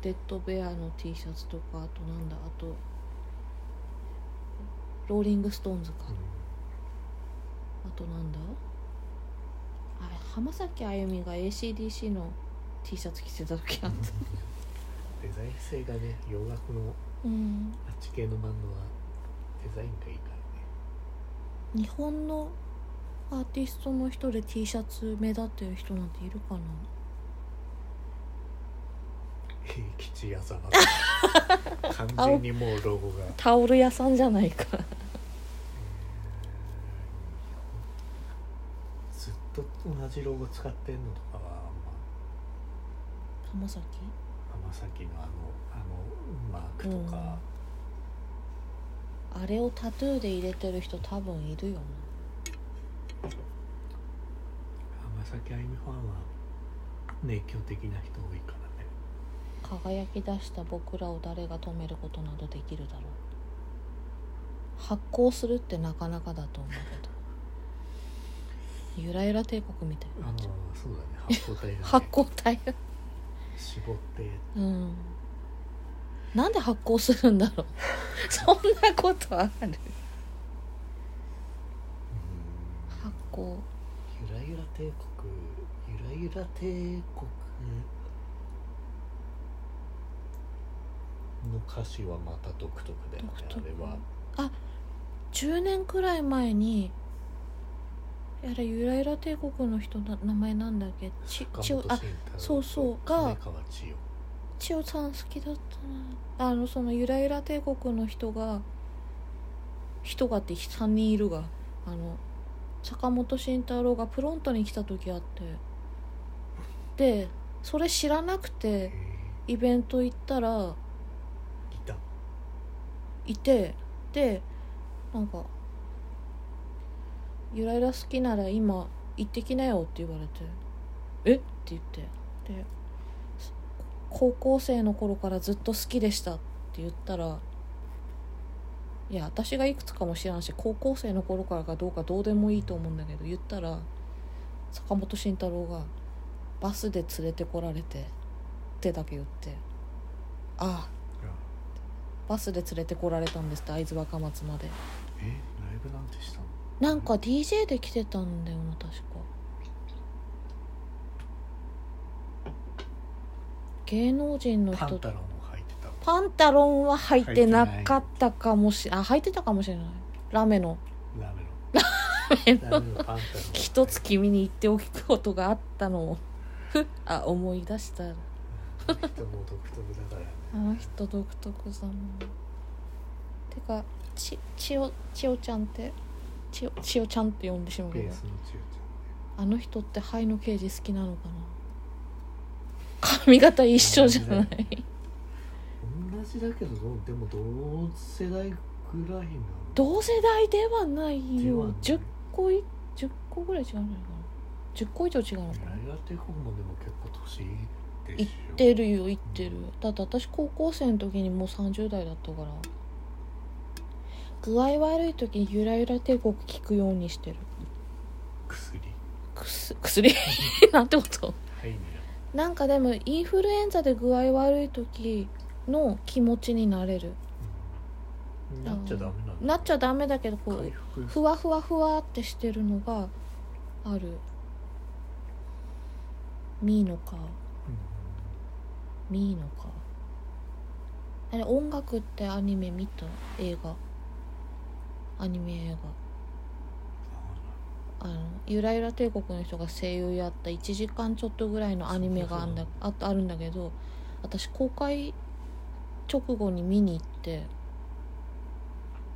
S1: デッドベアの T シャツとかあとなんだあとローリングストーンズか、
S2: うん
S1: あとなんだあ浜崎あゆみが ACDC の T シャツ着てた時あった
S2: デザイン性がね洋楽の
S1: うん
S2: あっち系のバンドはデザインがいいからね
S1: 日本のアーティストの人で T シャツ目立ってる人なんているかな
S2: 平吉矢沢完全にもうロゴが
S1: タオル屋さんじゃないか
S2: ずっと同じロゴ使ってんのとかは、ま
S1: 浜崎
S2: あ、浜崎のあのあのマークとか、
S1: あれをタトゥーで入れてる人多分いるよな
S2: 浜崎あゆみファンは熱狂的な人多いからね
S1: 輝き出した僕らを誰が止めることなどできるだろう発行するってなかなかだと思うけどゆらゆら帝国みたいに
S2: あ
S1: なっ
S2: の
S1: ちゃ
S2: そうだね発光体が、
S1: う、発光体が
S2: ね絞って
S1: うんなんで発行するんだろうそんなことある
S2: うん
S1: 発行
S2: ゆらゆら帝国ゆらゆら帝国の歌詞はまた独特だよね
S1: 独特
S2: あれは
S1: 10年くらい前にやれゆらゆら帝国の人の名前なんだっけち
S2: 坂
S1: ち
S2: 本慎
S1: お
S2: 太郎
S1: あ
S2: と
S1: そうそう
S2: 恒
S1: が
S2: 川千代
S1: 千代さん好きだったなあのそのゆらゆら帝国の人が人がって3人いるがあの坂本慎太郎がプロントに来た時あってでそれ知らなくてイベント行ったら
S2: いた
S1: いてでなんか「ゆらゆら好きなら今行ってきなよ」って言われて「えっ?」て言ってで「高校生の頃からずっと好きでした」って言ったら「いや私がいくつかも知らんし高校生の頃からかどうかどうでもいいと思うんだけど」言ったら坂本慎太郎が「バスで連れてこられて」ってだけ言って「ああバスで連れてこられたんですって会津若松まで
S2: えライブなんてしたの
S1: なんか DJ で来てたんだよな確か芸能人の
S2: パ
S1: 人
S2: ンタロンを履いてた
S1: パンタロンは履いてなかったかもしれあ履いてたかもしれないラメの
S2: ラメロ
S1: メ
S2: ラメロパンタロン
S1: 一つ君に言っておくことがあったのをふっあ思い出したあ
S2: 人も独特だ からね
S1: の人独特だなてかち千代千代ちゃんって千代千代ちゃんって呼んでしまう
S2: ベ
S1: けど
S2: ースの千代ち
S1: あの人って肺の刑事好きなのかな髪型一緒じゃない
S2: ゃん同じだけどどうでも同世代ぐらいなの
S1: 同世代ではない
S2: では
S1: よ
S2: ない
S1: 10個い10個ぐらい違うんじゃないかな10個以上違うのかな
S2: ライアテコもでも結構年いって
S1: 行ってるよ行ってるだって私高校生の時にもう30代だったから具合悪い時にゆらゆら帝国聞くようにしてる
S2: 薬
S1: くす薬なんてこと
S2: はいね
S1: なんかでもインフルエンザで具合悪い時の気持ちになれる
S2: うんなっちゃダメなんだ
S1: なっちゃダメだけどこ
S2: 回
S1: う
S2: 復
S1: ふわふわふわってしてるのがあるミーのか
S2: うん
S1: ミーのかあれ音楽ってアニメ見た映画アニメ映画あのゆらゆら帝国の人が声優やった1時間ちょっとぐらいのアニメがあんだああるんだけど私公開直後に見に行って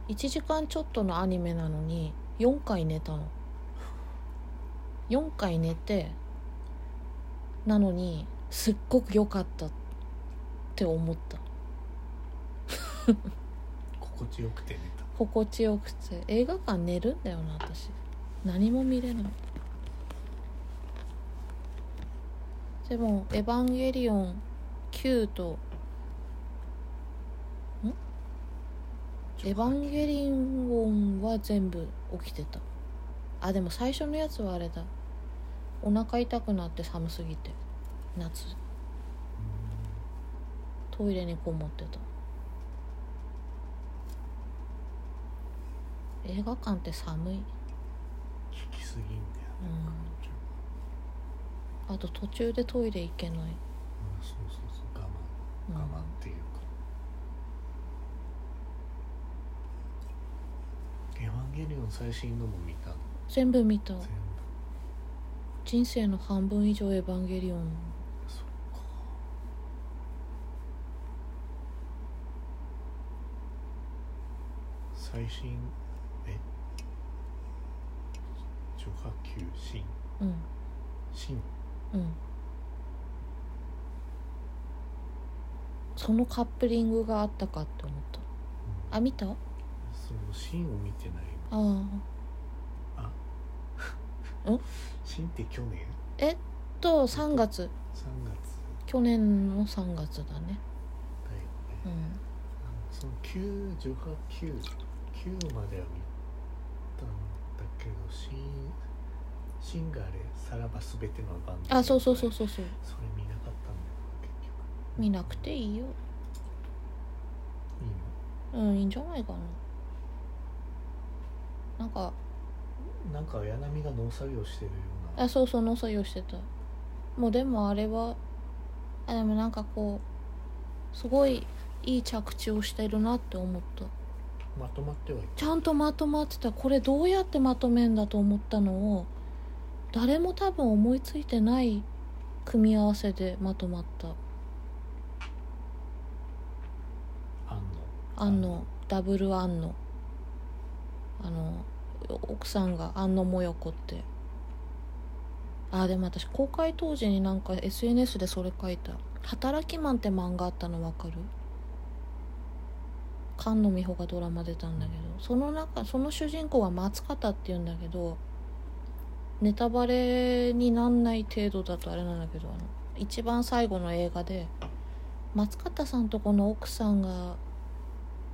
S1: 1時間ちょっとのアニメなのに4回寝たの4回寝てなのにすっごく良かったって思った
S2: 心地よくて寝た
S1: 心地よくて映画館寝るんだよな私何も見れないでも「エヴァンゲリオン9」と「エヴァンゲリオン」は全部起きてたあでも最初のやつはあれだお腹痛くなって寒すぎて夏トイレにこもってた映画館って寒い
S2: 聞きすぎんだよ
S1: うんあと途中でトイレ行けない
S2: うんそうそうそう我
S1: うん
S2: 慢我慢っていうかエヴァンゲリオン最新のも見たの
S1: 全部見た
S2: 全部
S1: 人生の半分以上エヴァンゲリオン
S2: そっか最新え除波球新
S1: うん
S2: 新
S1: うんそのカップリングがあったかって思ったあ見た
S2: そそのシーンを見てない
S1: ああ
S2: シーンって去年
S1: と3月
S2: 3月
S1: 去年の3月だね
S2: だよね
S1: うん
S2: あのその9序破99までは見たんだけどシーンシンがあれさらばすべてのバンド
S1: あそうそうそう
S2: そ
S1: そうそう
S2: れ見なかったんだよな結局
S1: 見なくていいよ
S2: いいの
S1: うんいいんじゃないかななんか
S2: なんか綾波が農作業してるような
S1: あそうそう農作業してたもうでもあれはあでもなんかこうすごいいい着地をしてるなって思った
S2: まとまってはい
S1: ちゃんとまとまってたこれどうやってまとめんだと思ったのを誰も多分思いついてない組み合わせでまとまった
S2: あんの
S1: あのダブルあんのあの奥さんがあんのもよこってあでも私公開当時になんか SNS でそれ書いた「働きマン」って漫画あったの分かる菅野美穂がドラマ出たんだけどその中その主人公は松方っていうんだけどネタバレになんない程度だとあれなんだけどあの一番最後の映画で松方さんとこの奥さんが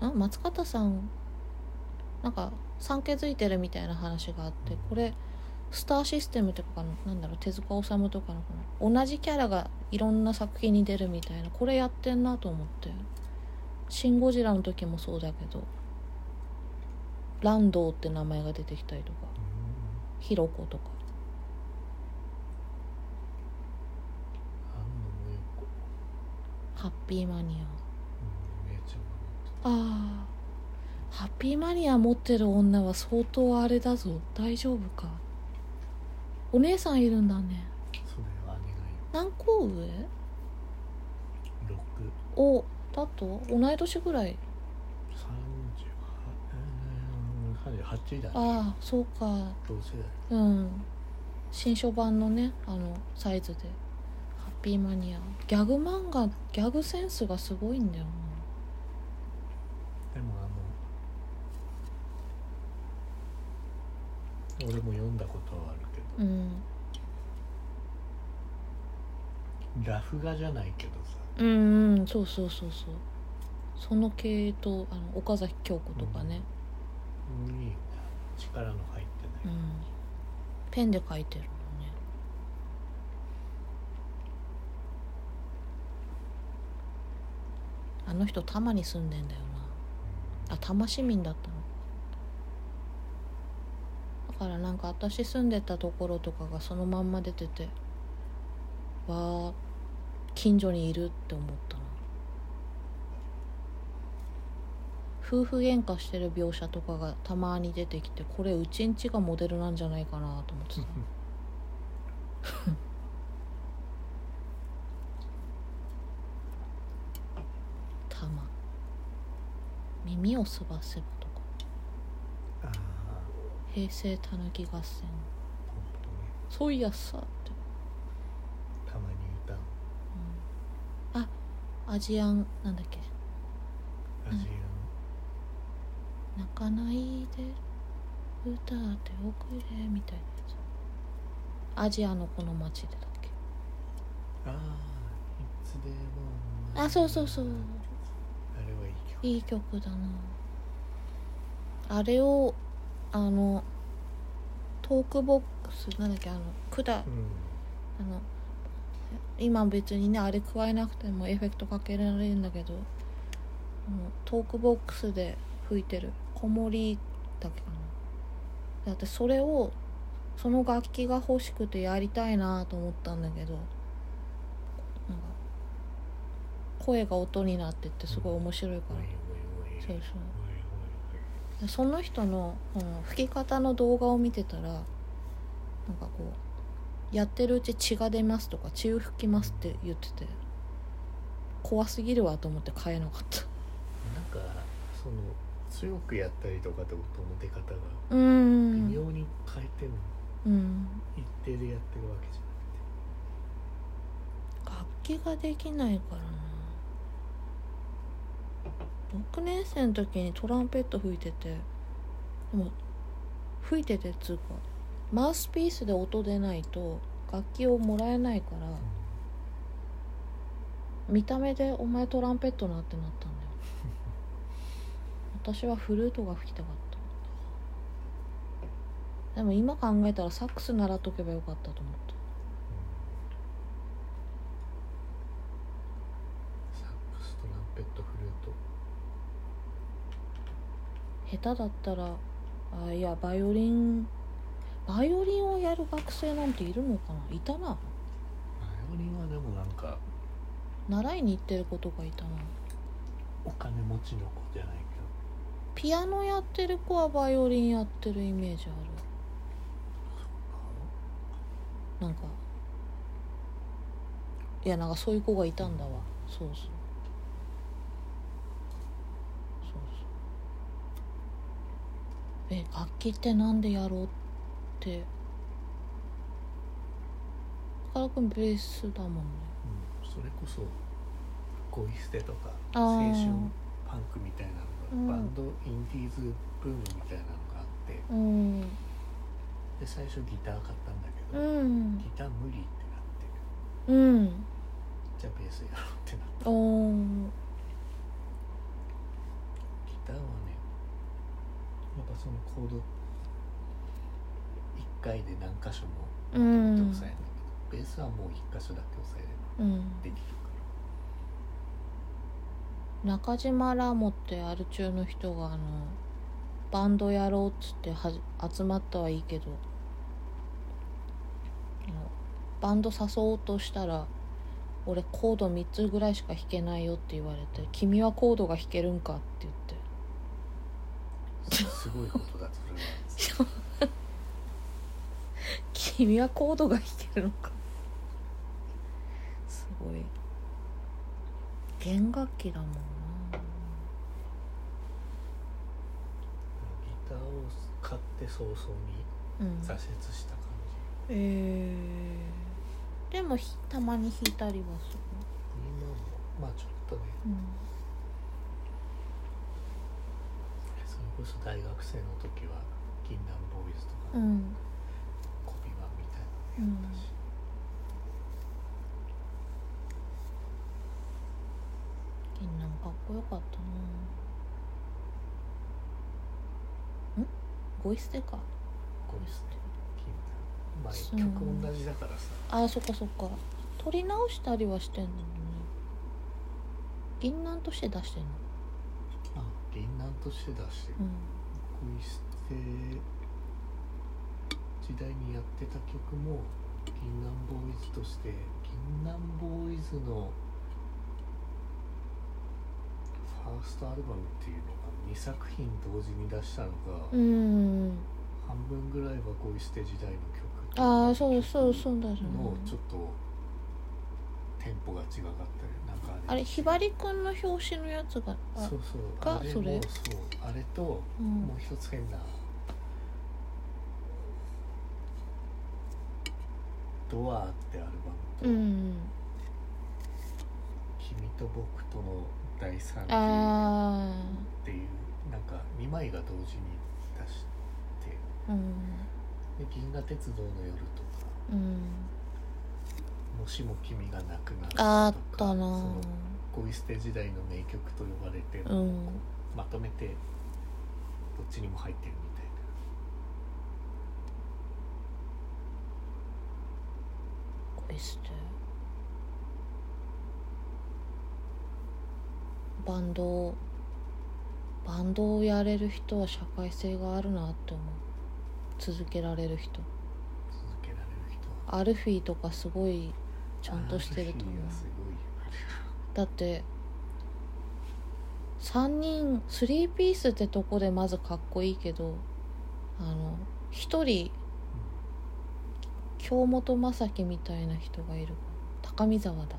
S1: あ松方さんなんか産気づいてるみたいな話があってこれスターシステムとかのなんだろう手塚治虫とかのこの同じキャラがいろんな作品に出るみたいなこれやってんなと思って「シン・ゴジラ」の時もそうだけどランドーって名前が出てきたりとか
S2: うん
S1: ヒロコとか
S2: あんのもよこ
S1: ハッピーマニア。
S2: うん姉ちゃんが持って
S1: ああハッピーマニア持ってる女は相当あれだぞ大丈夫かお姉さんいるんだね
S2: たそれは姉がい
S1: 何個上
S2: る6
S1: おだと同い年ぐらい
S2: 38だね
S1: ああそうか
S2: 同世代
S1: うん新書版のねあのサイズでハッピーマニアギャグ漫画ギャグセンスがすごいんだよな
S2: でもあの俺も読んだことはあるけ
S1: う
S2: ど、
S1: ん
S2: ラフ画じゃないけどさ
S1: うんうんそうそうそうそうその系とあの岡崎京子とかね、
S2: いいな力の入ってない、
S1: うん、ペンで書いてるもんねあの人多摩に住んでんだよなあ多摩市民だったのだからなんか私住んでたところとかがそのまんま出ててわあ近所にいるって思ったな夫婦喧嘩してる描写とかがたまに出てきてこれうちんちがモデルなんじゃないかなと思ってたたま耳をすばせばとか
S2: ああ
S1: 平成たぬき合戦
S2: ほんとね
S1: そういやさって、
S2: たまに歌う
S1: うん、あアジアンなんだっけ
S2: アジ
S1: 泣かないで歌っておくれみたいなやつアジアのこの街でだっけ
S2: アン、ああいつでも
S1: あそうそうそう
S2: あれはいい曲
S1: いい曲だなあれをあのトークボックスなんだっけあの管あ
S2: うん
S1: の今別にねあれ加えなくてもエフェクトかけられるんだけどあのトークボックスで吹いてる「子守」だっけかなだってそれをその楽器が欲しくてやりたいなと思ったんだけどなんか声が音になってってすごい面白いか
S2: おい
S1: ら
S2: おいおい
S1: そうそう
S2: おいおいおい
S1: でその人のこの吹き方の動画を見てたらなんかこうやってるうち血が出ますとか血を吹きますって言ってて怖すぎるわと思って買えなかっ
S2: なんかその強くやったりとかって音の出方が
S1: たう
S2: 微
S1: ん
S2: 妙に変えても
S1: うん
S2: 一定でやってるわけじゃ
S1: 楽器ができないからな6年生の時にトランペット吹いててでも吹いててっつうかマウスピースで音出ないと楽器をもらえないから見た目で「お前トランペットな」ってなったんだよ私はフルートが吹きたかったでも今考えたらサックス習っとけばよかったと思った
S2: サックストランペットフルート
S1: 下手だったらあいやバイオリンバイオリンをやる学生なんているのかないたな
S2: バイオリンはでもなんか
S1: 習いに行ってる子とかいたな
S2: お金持ちの子じゃないけど
S1: ピアノやってる子はバイオリンやってるイメージあるなんかいやなんかそういう子がいたんだわそうそうそうそうえ楽器ってなんでやろうって宝くんベースだもんね
S2: うん、それこそ恋捨てとか
S1: あ
S2: 青春
S1: ー
S2: パンクみたいな
S1: うん
S2: のが、バンドインディーズブームみたいなのがあって
S1: うん
S2: で最初ギター買ったんだけ
S1: う
S2: ど、
S1: ん
S2: ギター無理ってなって
S1: うん
S2: じゃあベースやろうってなって
S1: おー
S2: ギターはねやっぱそのコード1回で何箇所も
S1: う
S2: 止めて
S1: ん
S2: 押さえるんだけど、ベースはもう1箇所だけ押さえれ
S1: う
S2: ば
S1: ん
S2: できるから
S1: 中島ラモってアル中の人があのバンドやろうっつってはじ集まったはいいけどあのバンド誘おうとしたら俺コード3つぐらいしか弾けないよって言われて「君はコードが弾けるんか」って言って
S2: すごいことだそれは
S1: 「君はコードが弾けるのか」 すごい弦楽器だもんな
S2: ギターを買って早々に
S1: うん
S2: 挫折した感じ
S1: えー、でもひたまに弾いたりはする
S2: 今もまあちょっとね
S1: う
S2: それこそ大学生の時は銀杏ボーイズとか、
S1: ん、うん
S2: コピバンみたいなのやったし、
S1: 銀杏かっこよかったな。んゴイ捨てか。
S2: こうして銀
S1: そう
S2: 杏まあ曲同じだからさ
S1: あー、そっかそっか。撮り直したりはしてんのね。銀杏として出してんの。
S2: あ銀杏として出して
S1: うん。
S2: 恋して時代にやってた曲も銀杏ボーイズとして銀杏ボーイズのファーストアルバムっていうのが2作品同時に出したのが、
S1: うーん。
S2: 半分ぐらいは恋して時代の曲
S1: ああ、そうそうそううだよね。
S2: のちょっとテンポが違かったりなんか
S1: あれ、ひばりくんの表紙のやつが。あ
S2: そうそう
S1: が
S2: あれも
S1: それ
S2: そうあれとも
S1: う。
S2: うん一つ変なドアってアル
S1: う
S2: バムと
S1: ん。
S2: 君と僕との第三次
S1: あ
S2: っていうなんか2枚が同時に出して
S1: あ。うん。
S2: で銀河鉄道の夜とか
S1: うん。
S2: もしも君が亡くなったとか
S1: あったな
S2: その恋捨て時代の名曲と呼ばれてる、
S1: ー。うん。
S2: まとめてどっちにも入ってるみたいな
S1: 恋してバンドをバンドをやれる人は社会性があるなって思う続けられる人
S2: 続けられる人は
S1: アルフィーとかすごいちゃんとしてると思
S2: あの日
S1: う
S2: はすごいよ
S1: だって3人3ピースってとこでまずかっこいいけどあの1人京本政樹みたいな人がいる高見沢だ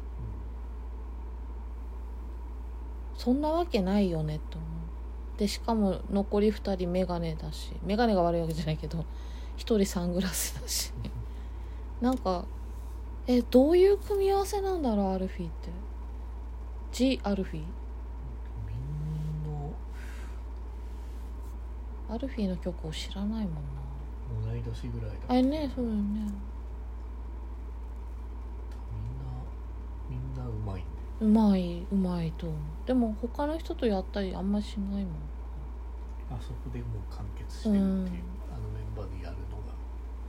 S1: そんなわけないよねと思うでしかも残り2人メガネだしメガネが悪いわけじゃないけど1人サングラスだし
S2: うん
S1: なんかえどういう組み合わせなんだろうアルフィーってジ・アルフィー
S2: みんな
S1: アルフィーの曲を知らないもんな
S2: 同い年ぐらいだ
S1: あれねそうだよね
S2: みんなみんなうまいね
S1: うまいうまいと思うでも他の人とやったりあんましないもん
S2: あそこでもう完結してるっていう、
S1: うん
S2: あのメンバーでやるのが、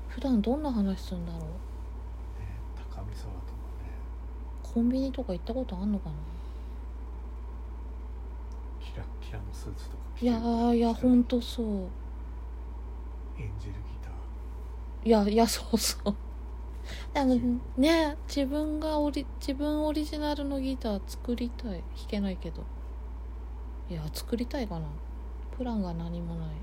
S1: 普段どんな話するんだろう
S2: ね、高見沢とかね
S1: コンビニとか行ったことあんのかな
S2: キラッキラのスーツとか着
S1: い
S2: てる
S1: やーいやほんとそう
S2: エンジェルギター
S1: いやいやそうそうでも
S2: 自由
S1: ね自分がオリ自分オリジナルのギター作りたい弾けないけどいや作りたいかなプランが何もない
S2: あれ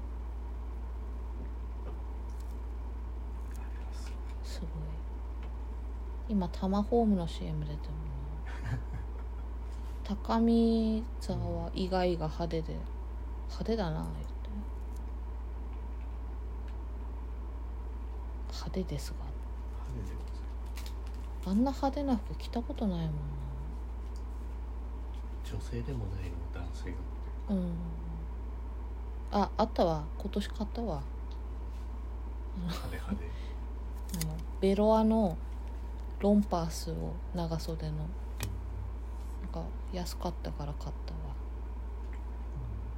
S2: はす
S1: すごい今タマホームの CM 出てるもんな高見沢は意外が派手で派手だな言って派手ですが
S2: 派手でございま
S1: あんな派手な服着たことないもん
S2: す女性でもないの男性が
S1: なうんああったわ今年買ったわ
S2: 派手派手
S1: あのベロアのロンパースを長袖のなんか安かったから買ったわ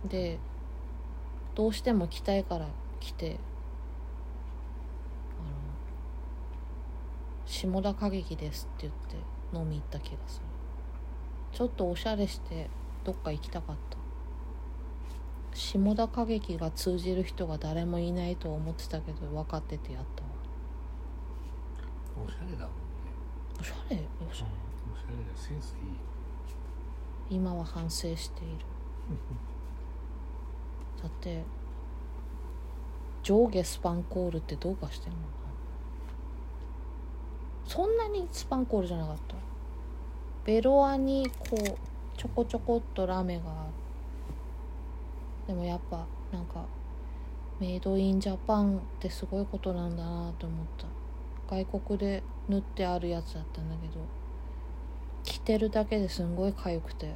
S1: でどうしても着たいから着てあの下田歌劇ですって言って飲み行った気がするちょっとおしゃれしてどっか行きたかった下田歌劇が通じる人が誰もいないと思ってたけど分かっててやったわ
S2: うんおしゃれだもんね
S1: おしゃれおしゃれ
S2: おしゃれだよセンスいい
S1: 今は反省しているだって上下スパンコールってどうかしてんのかなそんなにスパンコールじゃなかったベロアにこうちょこちょこっとラメがあるでもやっぱなんかメイドインジャパンってすごいことなんだなと思った外国で縫ってあるやつだったんだけど着てるだけですんごい痒くて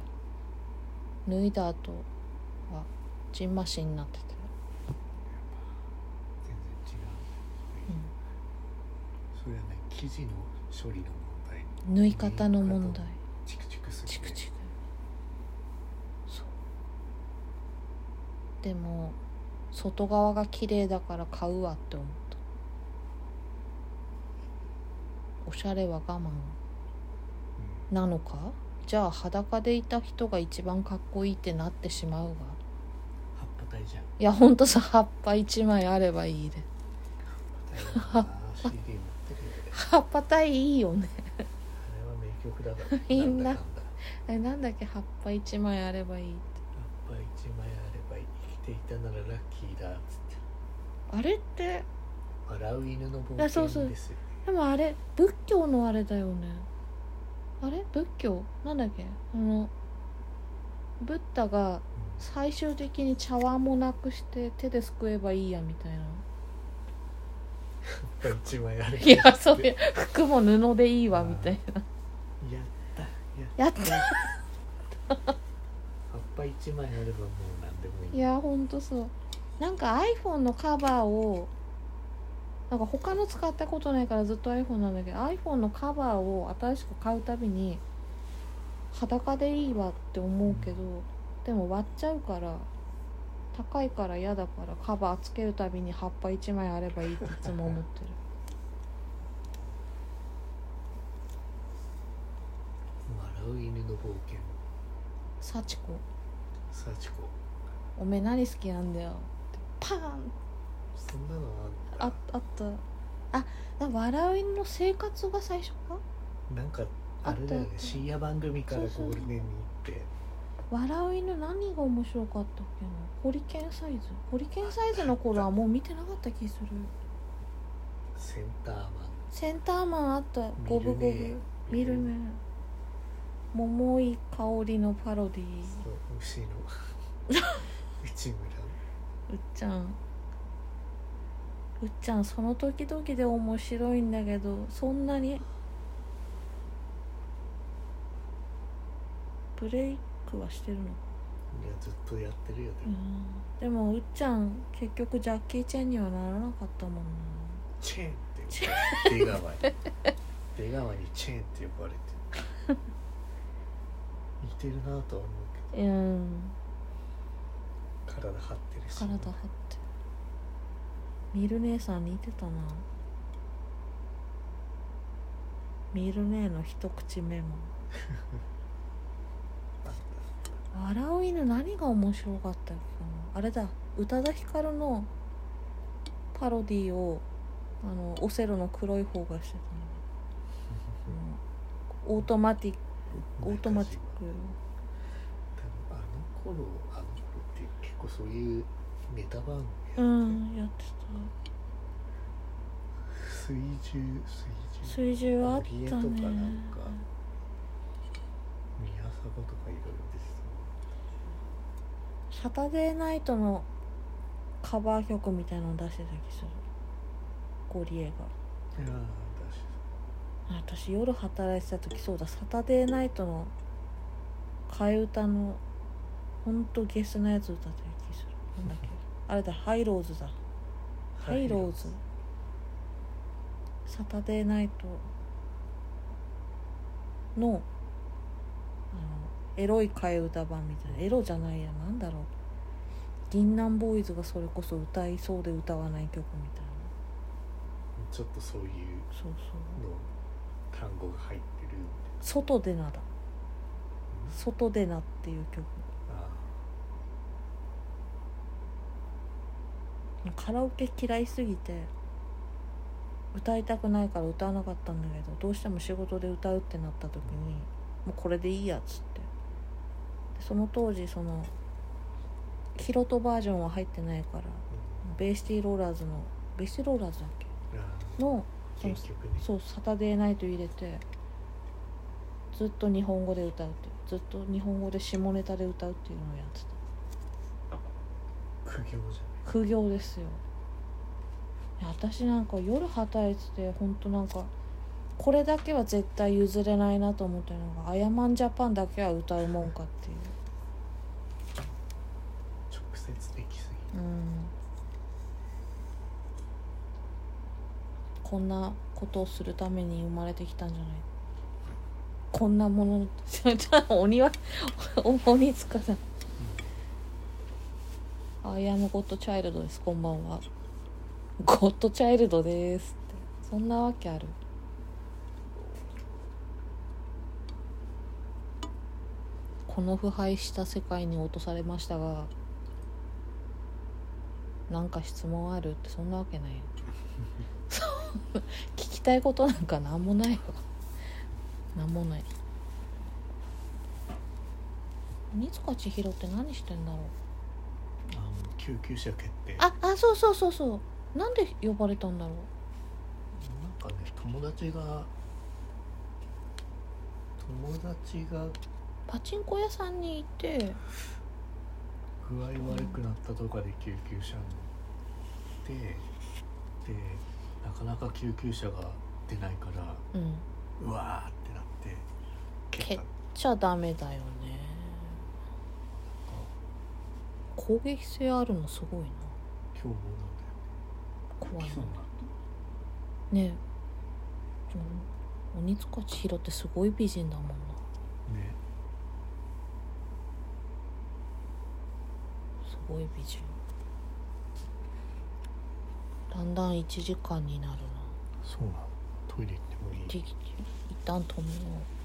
S1: 脱いだ後はじんましになってて、
S2: 全然違う、それはね生地の処理の問題
S1: うん、縫い方の問題
S2: チクチクする
S1: チクチクそうでも外側が綺麗だから買うわって思ったおしゃれは我慢
S2: う
S1: なのかじゃあ裸でいた人が一番かっこいいってなってしまうが
S2: ん葉っぱ体じゃん
S1: いやほんとさ葉っぱ一枚あればいいで
S2: 葉っぱ体だな CD 持ってるよね
S1: 葉っぱ体いいよね
S2: あれは名曲だから
S1: みんな
S2: だかんだ
S1: えなんだっけ葉っぱ一枚あればいいって
S2: 葉っぱ一枚あれば生きていたならラッキーだっつって
S1: あれって
S2: 笑う犬の冒
S1: あそうそ
S2: 険
S1: う
S2: ですよ
S1: でもあれ仏教のあれだよねあれ仏教なんだっけあのブッダが最終的に茶碗もなくして手ですくえばいいやみたいな
S2: 葉っぱ一枚あれば
S1: いやそれ服も布でいいわみたいな
S2: やった
S1: や
S2: やっ
S1: った
S2: 葉っぱ一枚あればもう何でもいい
S1: いやほんとそうなんか iPhone のカバーをなんか他の使ったことないからずっと iPhone なんだけど iPhone のカバーを新しく買うたびに裸でいいわって思うけどでも割っちゃうから高いから嫌だからカバーつけるたびに葉っぱ1枚あればいいっていつも思ってる
S2: 笑う犬の冒険
S1: 幸子
S2: 幸子
S1: おめえ何好きなんだよってパーン
S2: そんなのあ
S1: ああったあな笑う犬の生活が最初か
S2: なんかあれだよね
S1: あった
S2: 深夜番組からゴールデンに行って
S1: 笑う犬何が面白かったっけなホリケンサイズホリケンサイズの頃はもう見てなかった気する
S2: センターマン
S1: センターマンあった五分五分見るね桃井かおりのパロディ
S2: そう 牛の内村
S1: うっちゃんうっちゃんその時々で面白いんだけどそんなにブレイクはしてるの
S2: いやずっとやってるよね、
S1: うんでもうっちゃん結局ジャッキー・チェンにはならなかったもんな
S2: チェーンって出川に出川にチェーンって呼ばれて似てるなとは思うけ
S1: うん
S2: ど体張ってるし
S1: 体張ってミル姉さん似てたなミル姉の一口目も
S2: あ
S1: 笑う犬何が面白かったっけかなあれだ宇多田ヒカルのパロディをあのオセロの黒い方が してたの、オートマティックオートマティック
S2: 多分あの頃あの頃って結構そういうネタ番
S1: う
S2: 組
S1: んや
S2: やって
S1: ってた
S2: 水中水中
S1: 水準はあった
S2: 堀江とかなん
S1: ね
S2: か宮迫とかいろいろです
S1: サタデーナイトのカバー曲みたいなの出してた気するゴリエが
S2: いやーだし
S1: あ私夜働いてた時そうだサタデーナイトの替え歌のほんとゲスなやつ歌ってる気するなんだっけあれだハイローズだハイローズサタデーナイトのあのエロい替え歌版みたいなエロじゃないやなんだろう銀杏ボーイズがそれこそ歌いそうで歌わない曲みたいな
S2: ちょっとそういう
S1: そうそう
S2: の単語が入ってるみたい
S1: 外でなだ
S2: な
S1: 外でなっていう曲
S2: あ
S1: カラオケ嫌いすぎて歌いたくないから歌わなかったんだけどどうしても仕事で歌うってなった時にもうこれでいいやっつってでその当時そのヒロトバージョンは入ってないから
S2: ーうん
S1: ベイシティローラーズのベイシティローラーズだっけ
S2: あー
S1: のその
S2: 結局ね
S1: そう「サタデーナイト」入れてずっと日本語で歌うっていうずっと日本語で下ネタで歌うっていうのをやってた
S2: 苦行じゃない
S1: 苦行ですよいや私なんか夜働いててほんとなんかこれだけは絶対譲れないなと思ってるのが「アヤマンジャパン」だけは歌うもんかっていう
S2: 直接的すぎ
S1: うんこんなことをするために生まれてきたんじゃないこんなもの ちょっと鬼は お鬼つかさん「アイアムゴッドチャイルドですこんばんは」「ゴッドチャイルドです」ってそんなわけあるこの腐敗した世界に落とされましたがなんか質問あるってそんなわけないよ そんな聞きたいことなんかなんもないわなんもない鬼塚千尋って何してんだろう
S2: あもう救急車決定
S1: ああそうそうそうそうなんで呼ばれたんだろ
S2: なんかね友達が友達が
S1: うパチンコ屋さんにいて
S2: 具合悪くなったとかで救急車に乗ってでなかなか救急車が出ないから
S1: うん
S2: うわーってなって
S1: 蹴
S2: 蹴
S1: っ
S2: った
S1: ちゃダメだよね攻撃性あるのすごいな
S2: 今日もなん
S1: 怖
S2: だよ
S1: い
S2: 基礎になっ
S1: ねえでも鬼塚千尋ってすごい美人だもんな
S2: たね
S1: すごい美人だんだん1時間になるな
S2: そうなのトイレ行ってもいい
S1: 一旦止めよう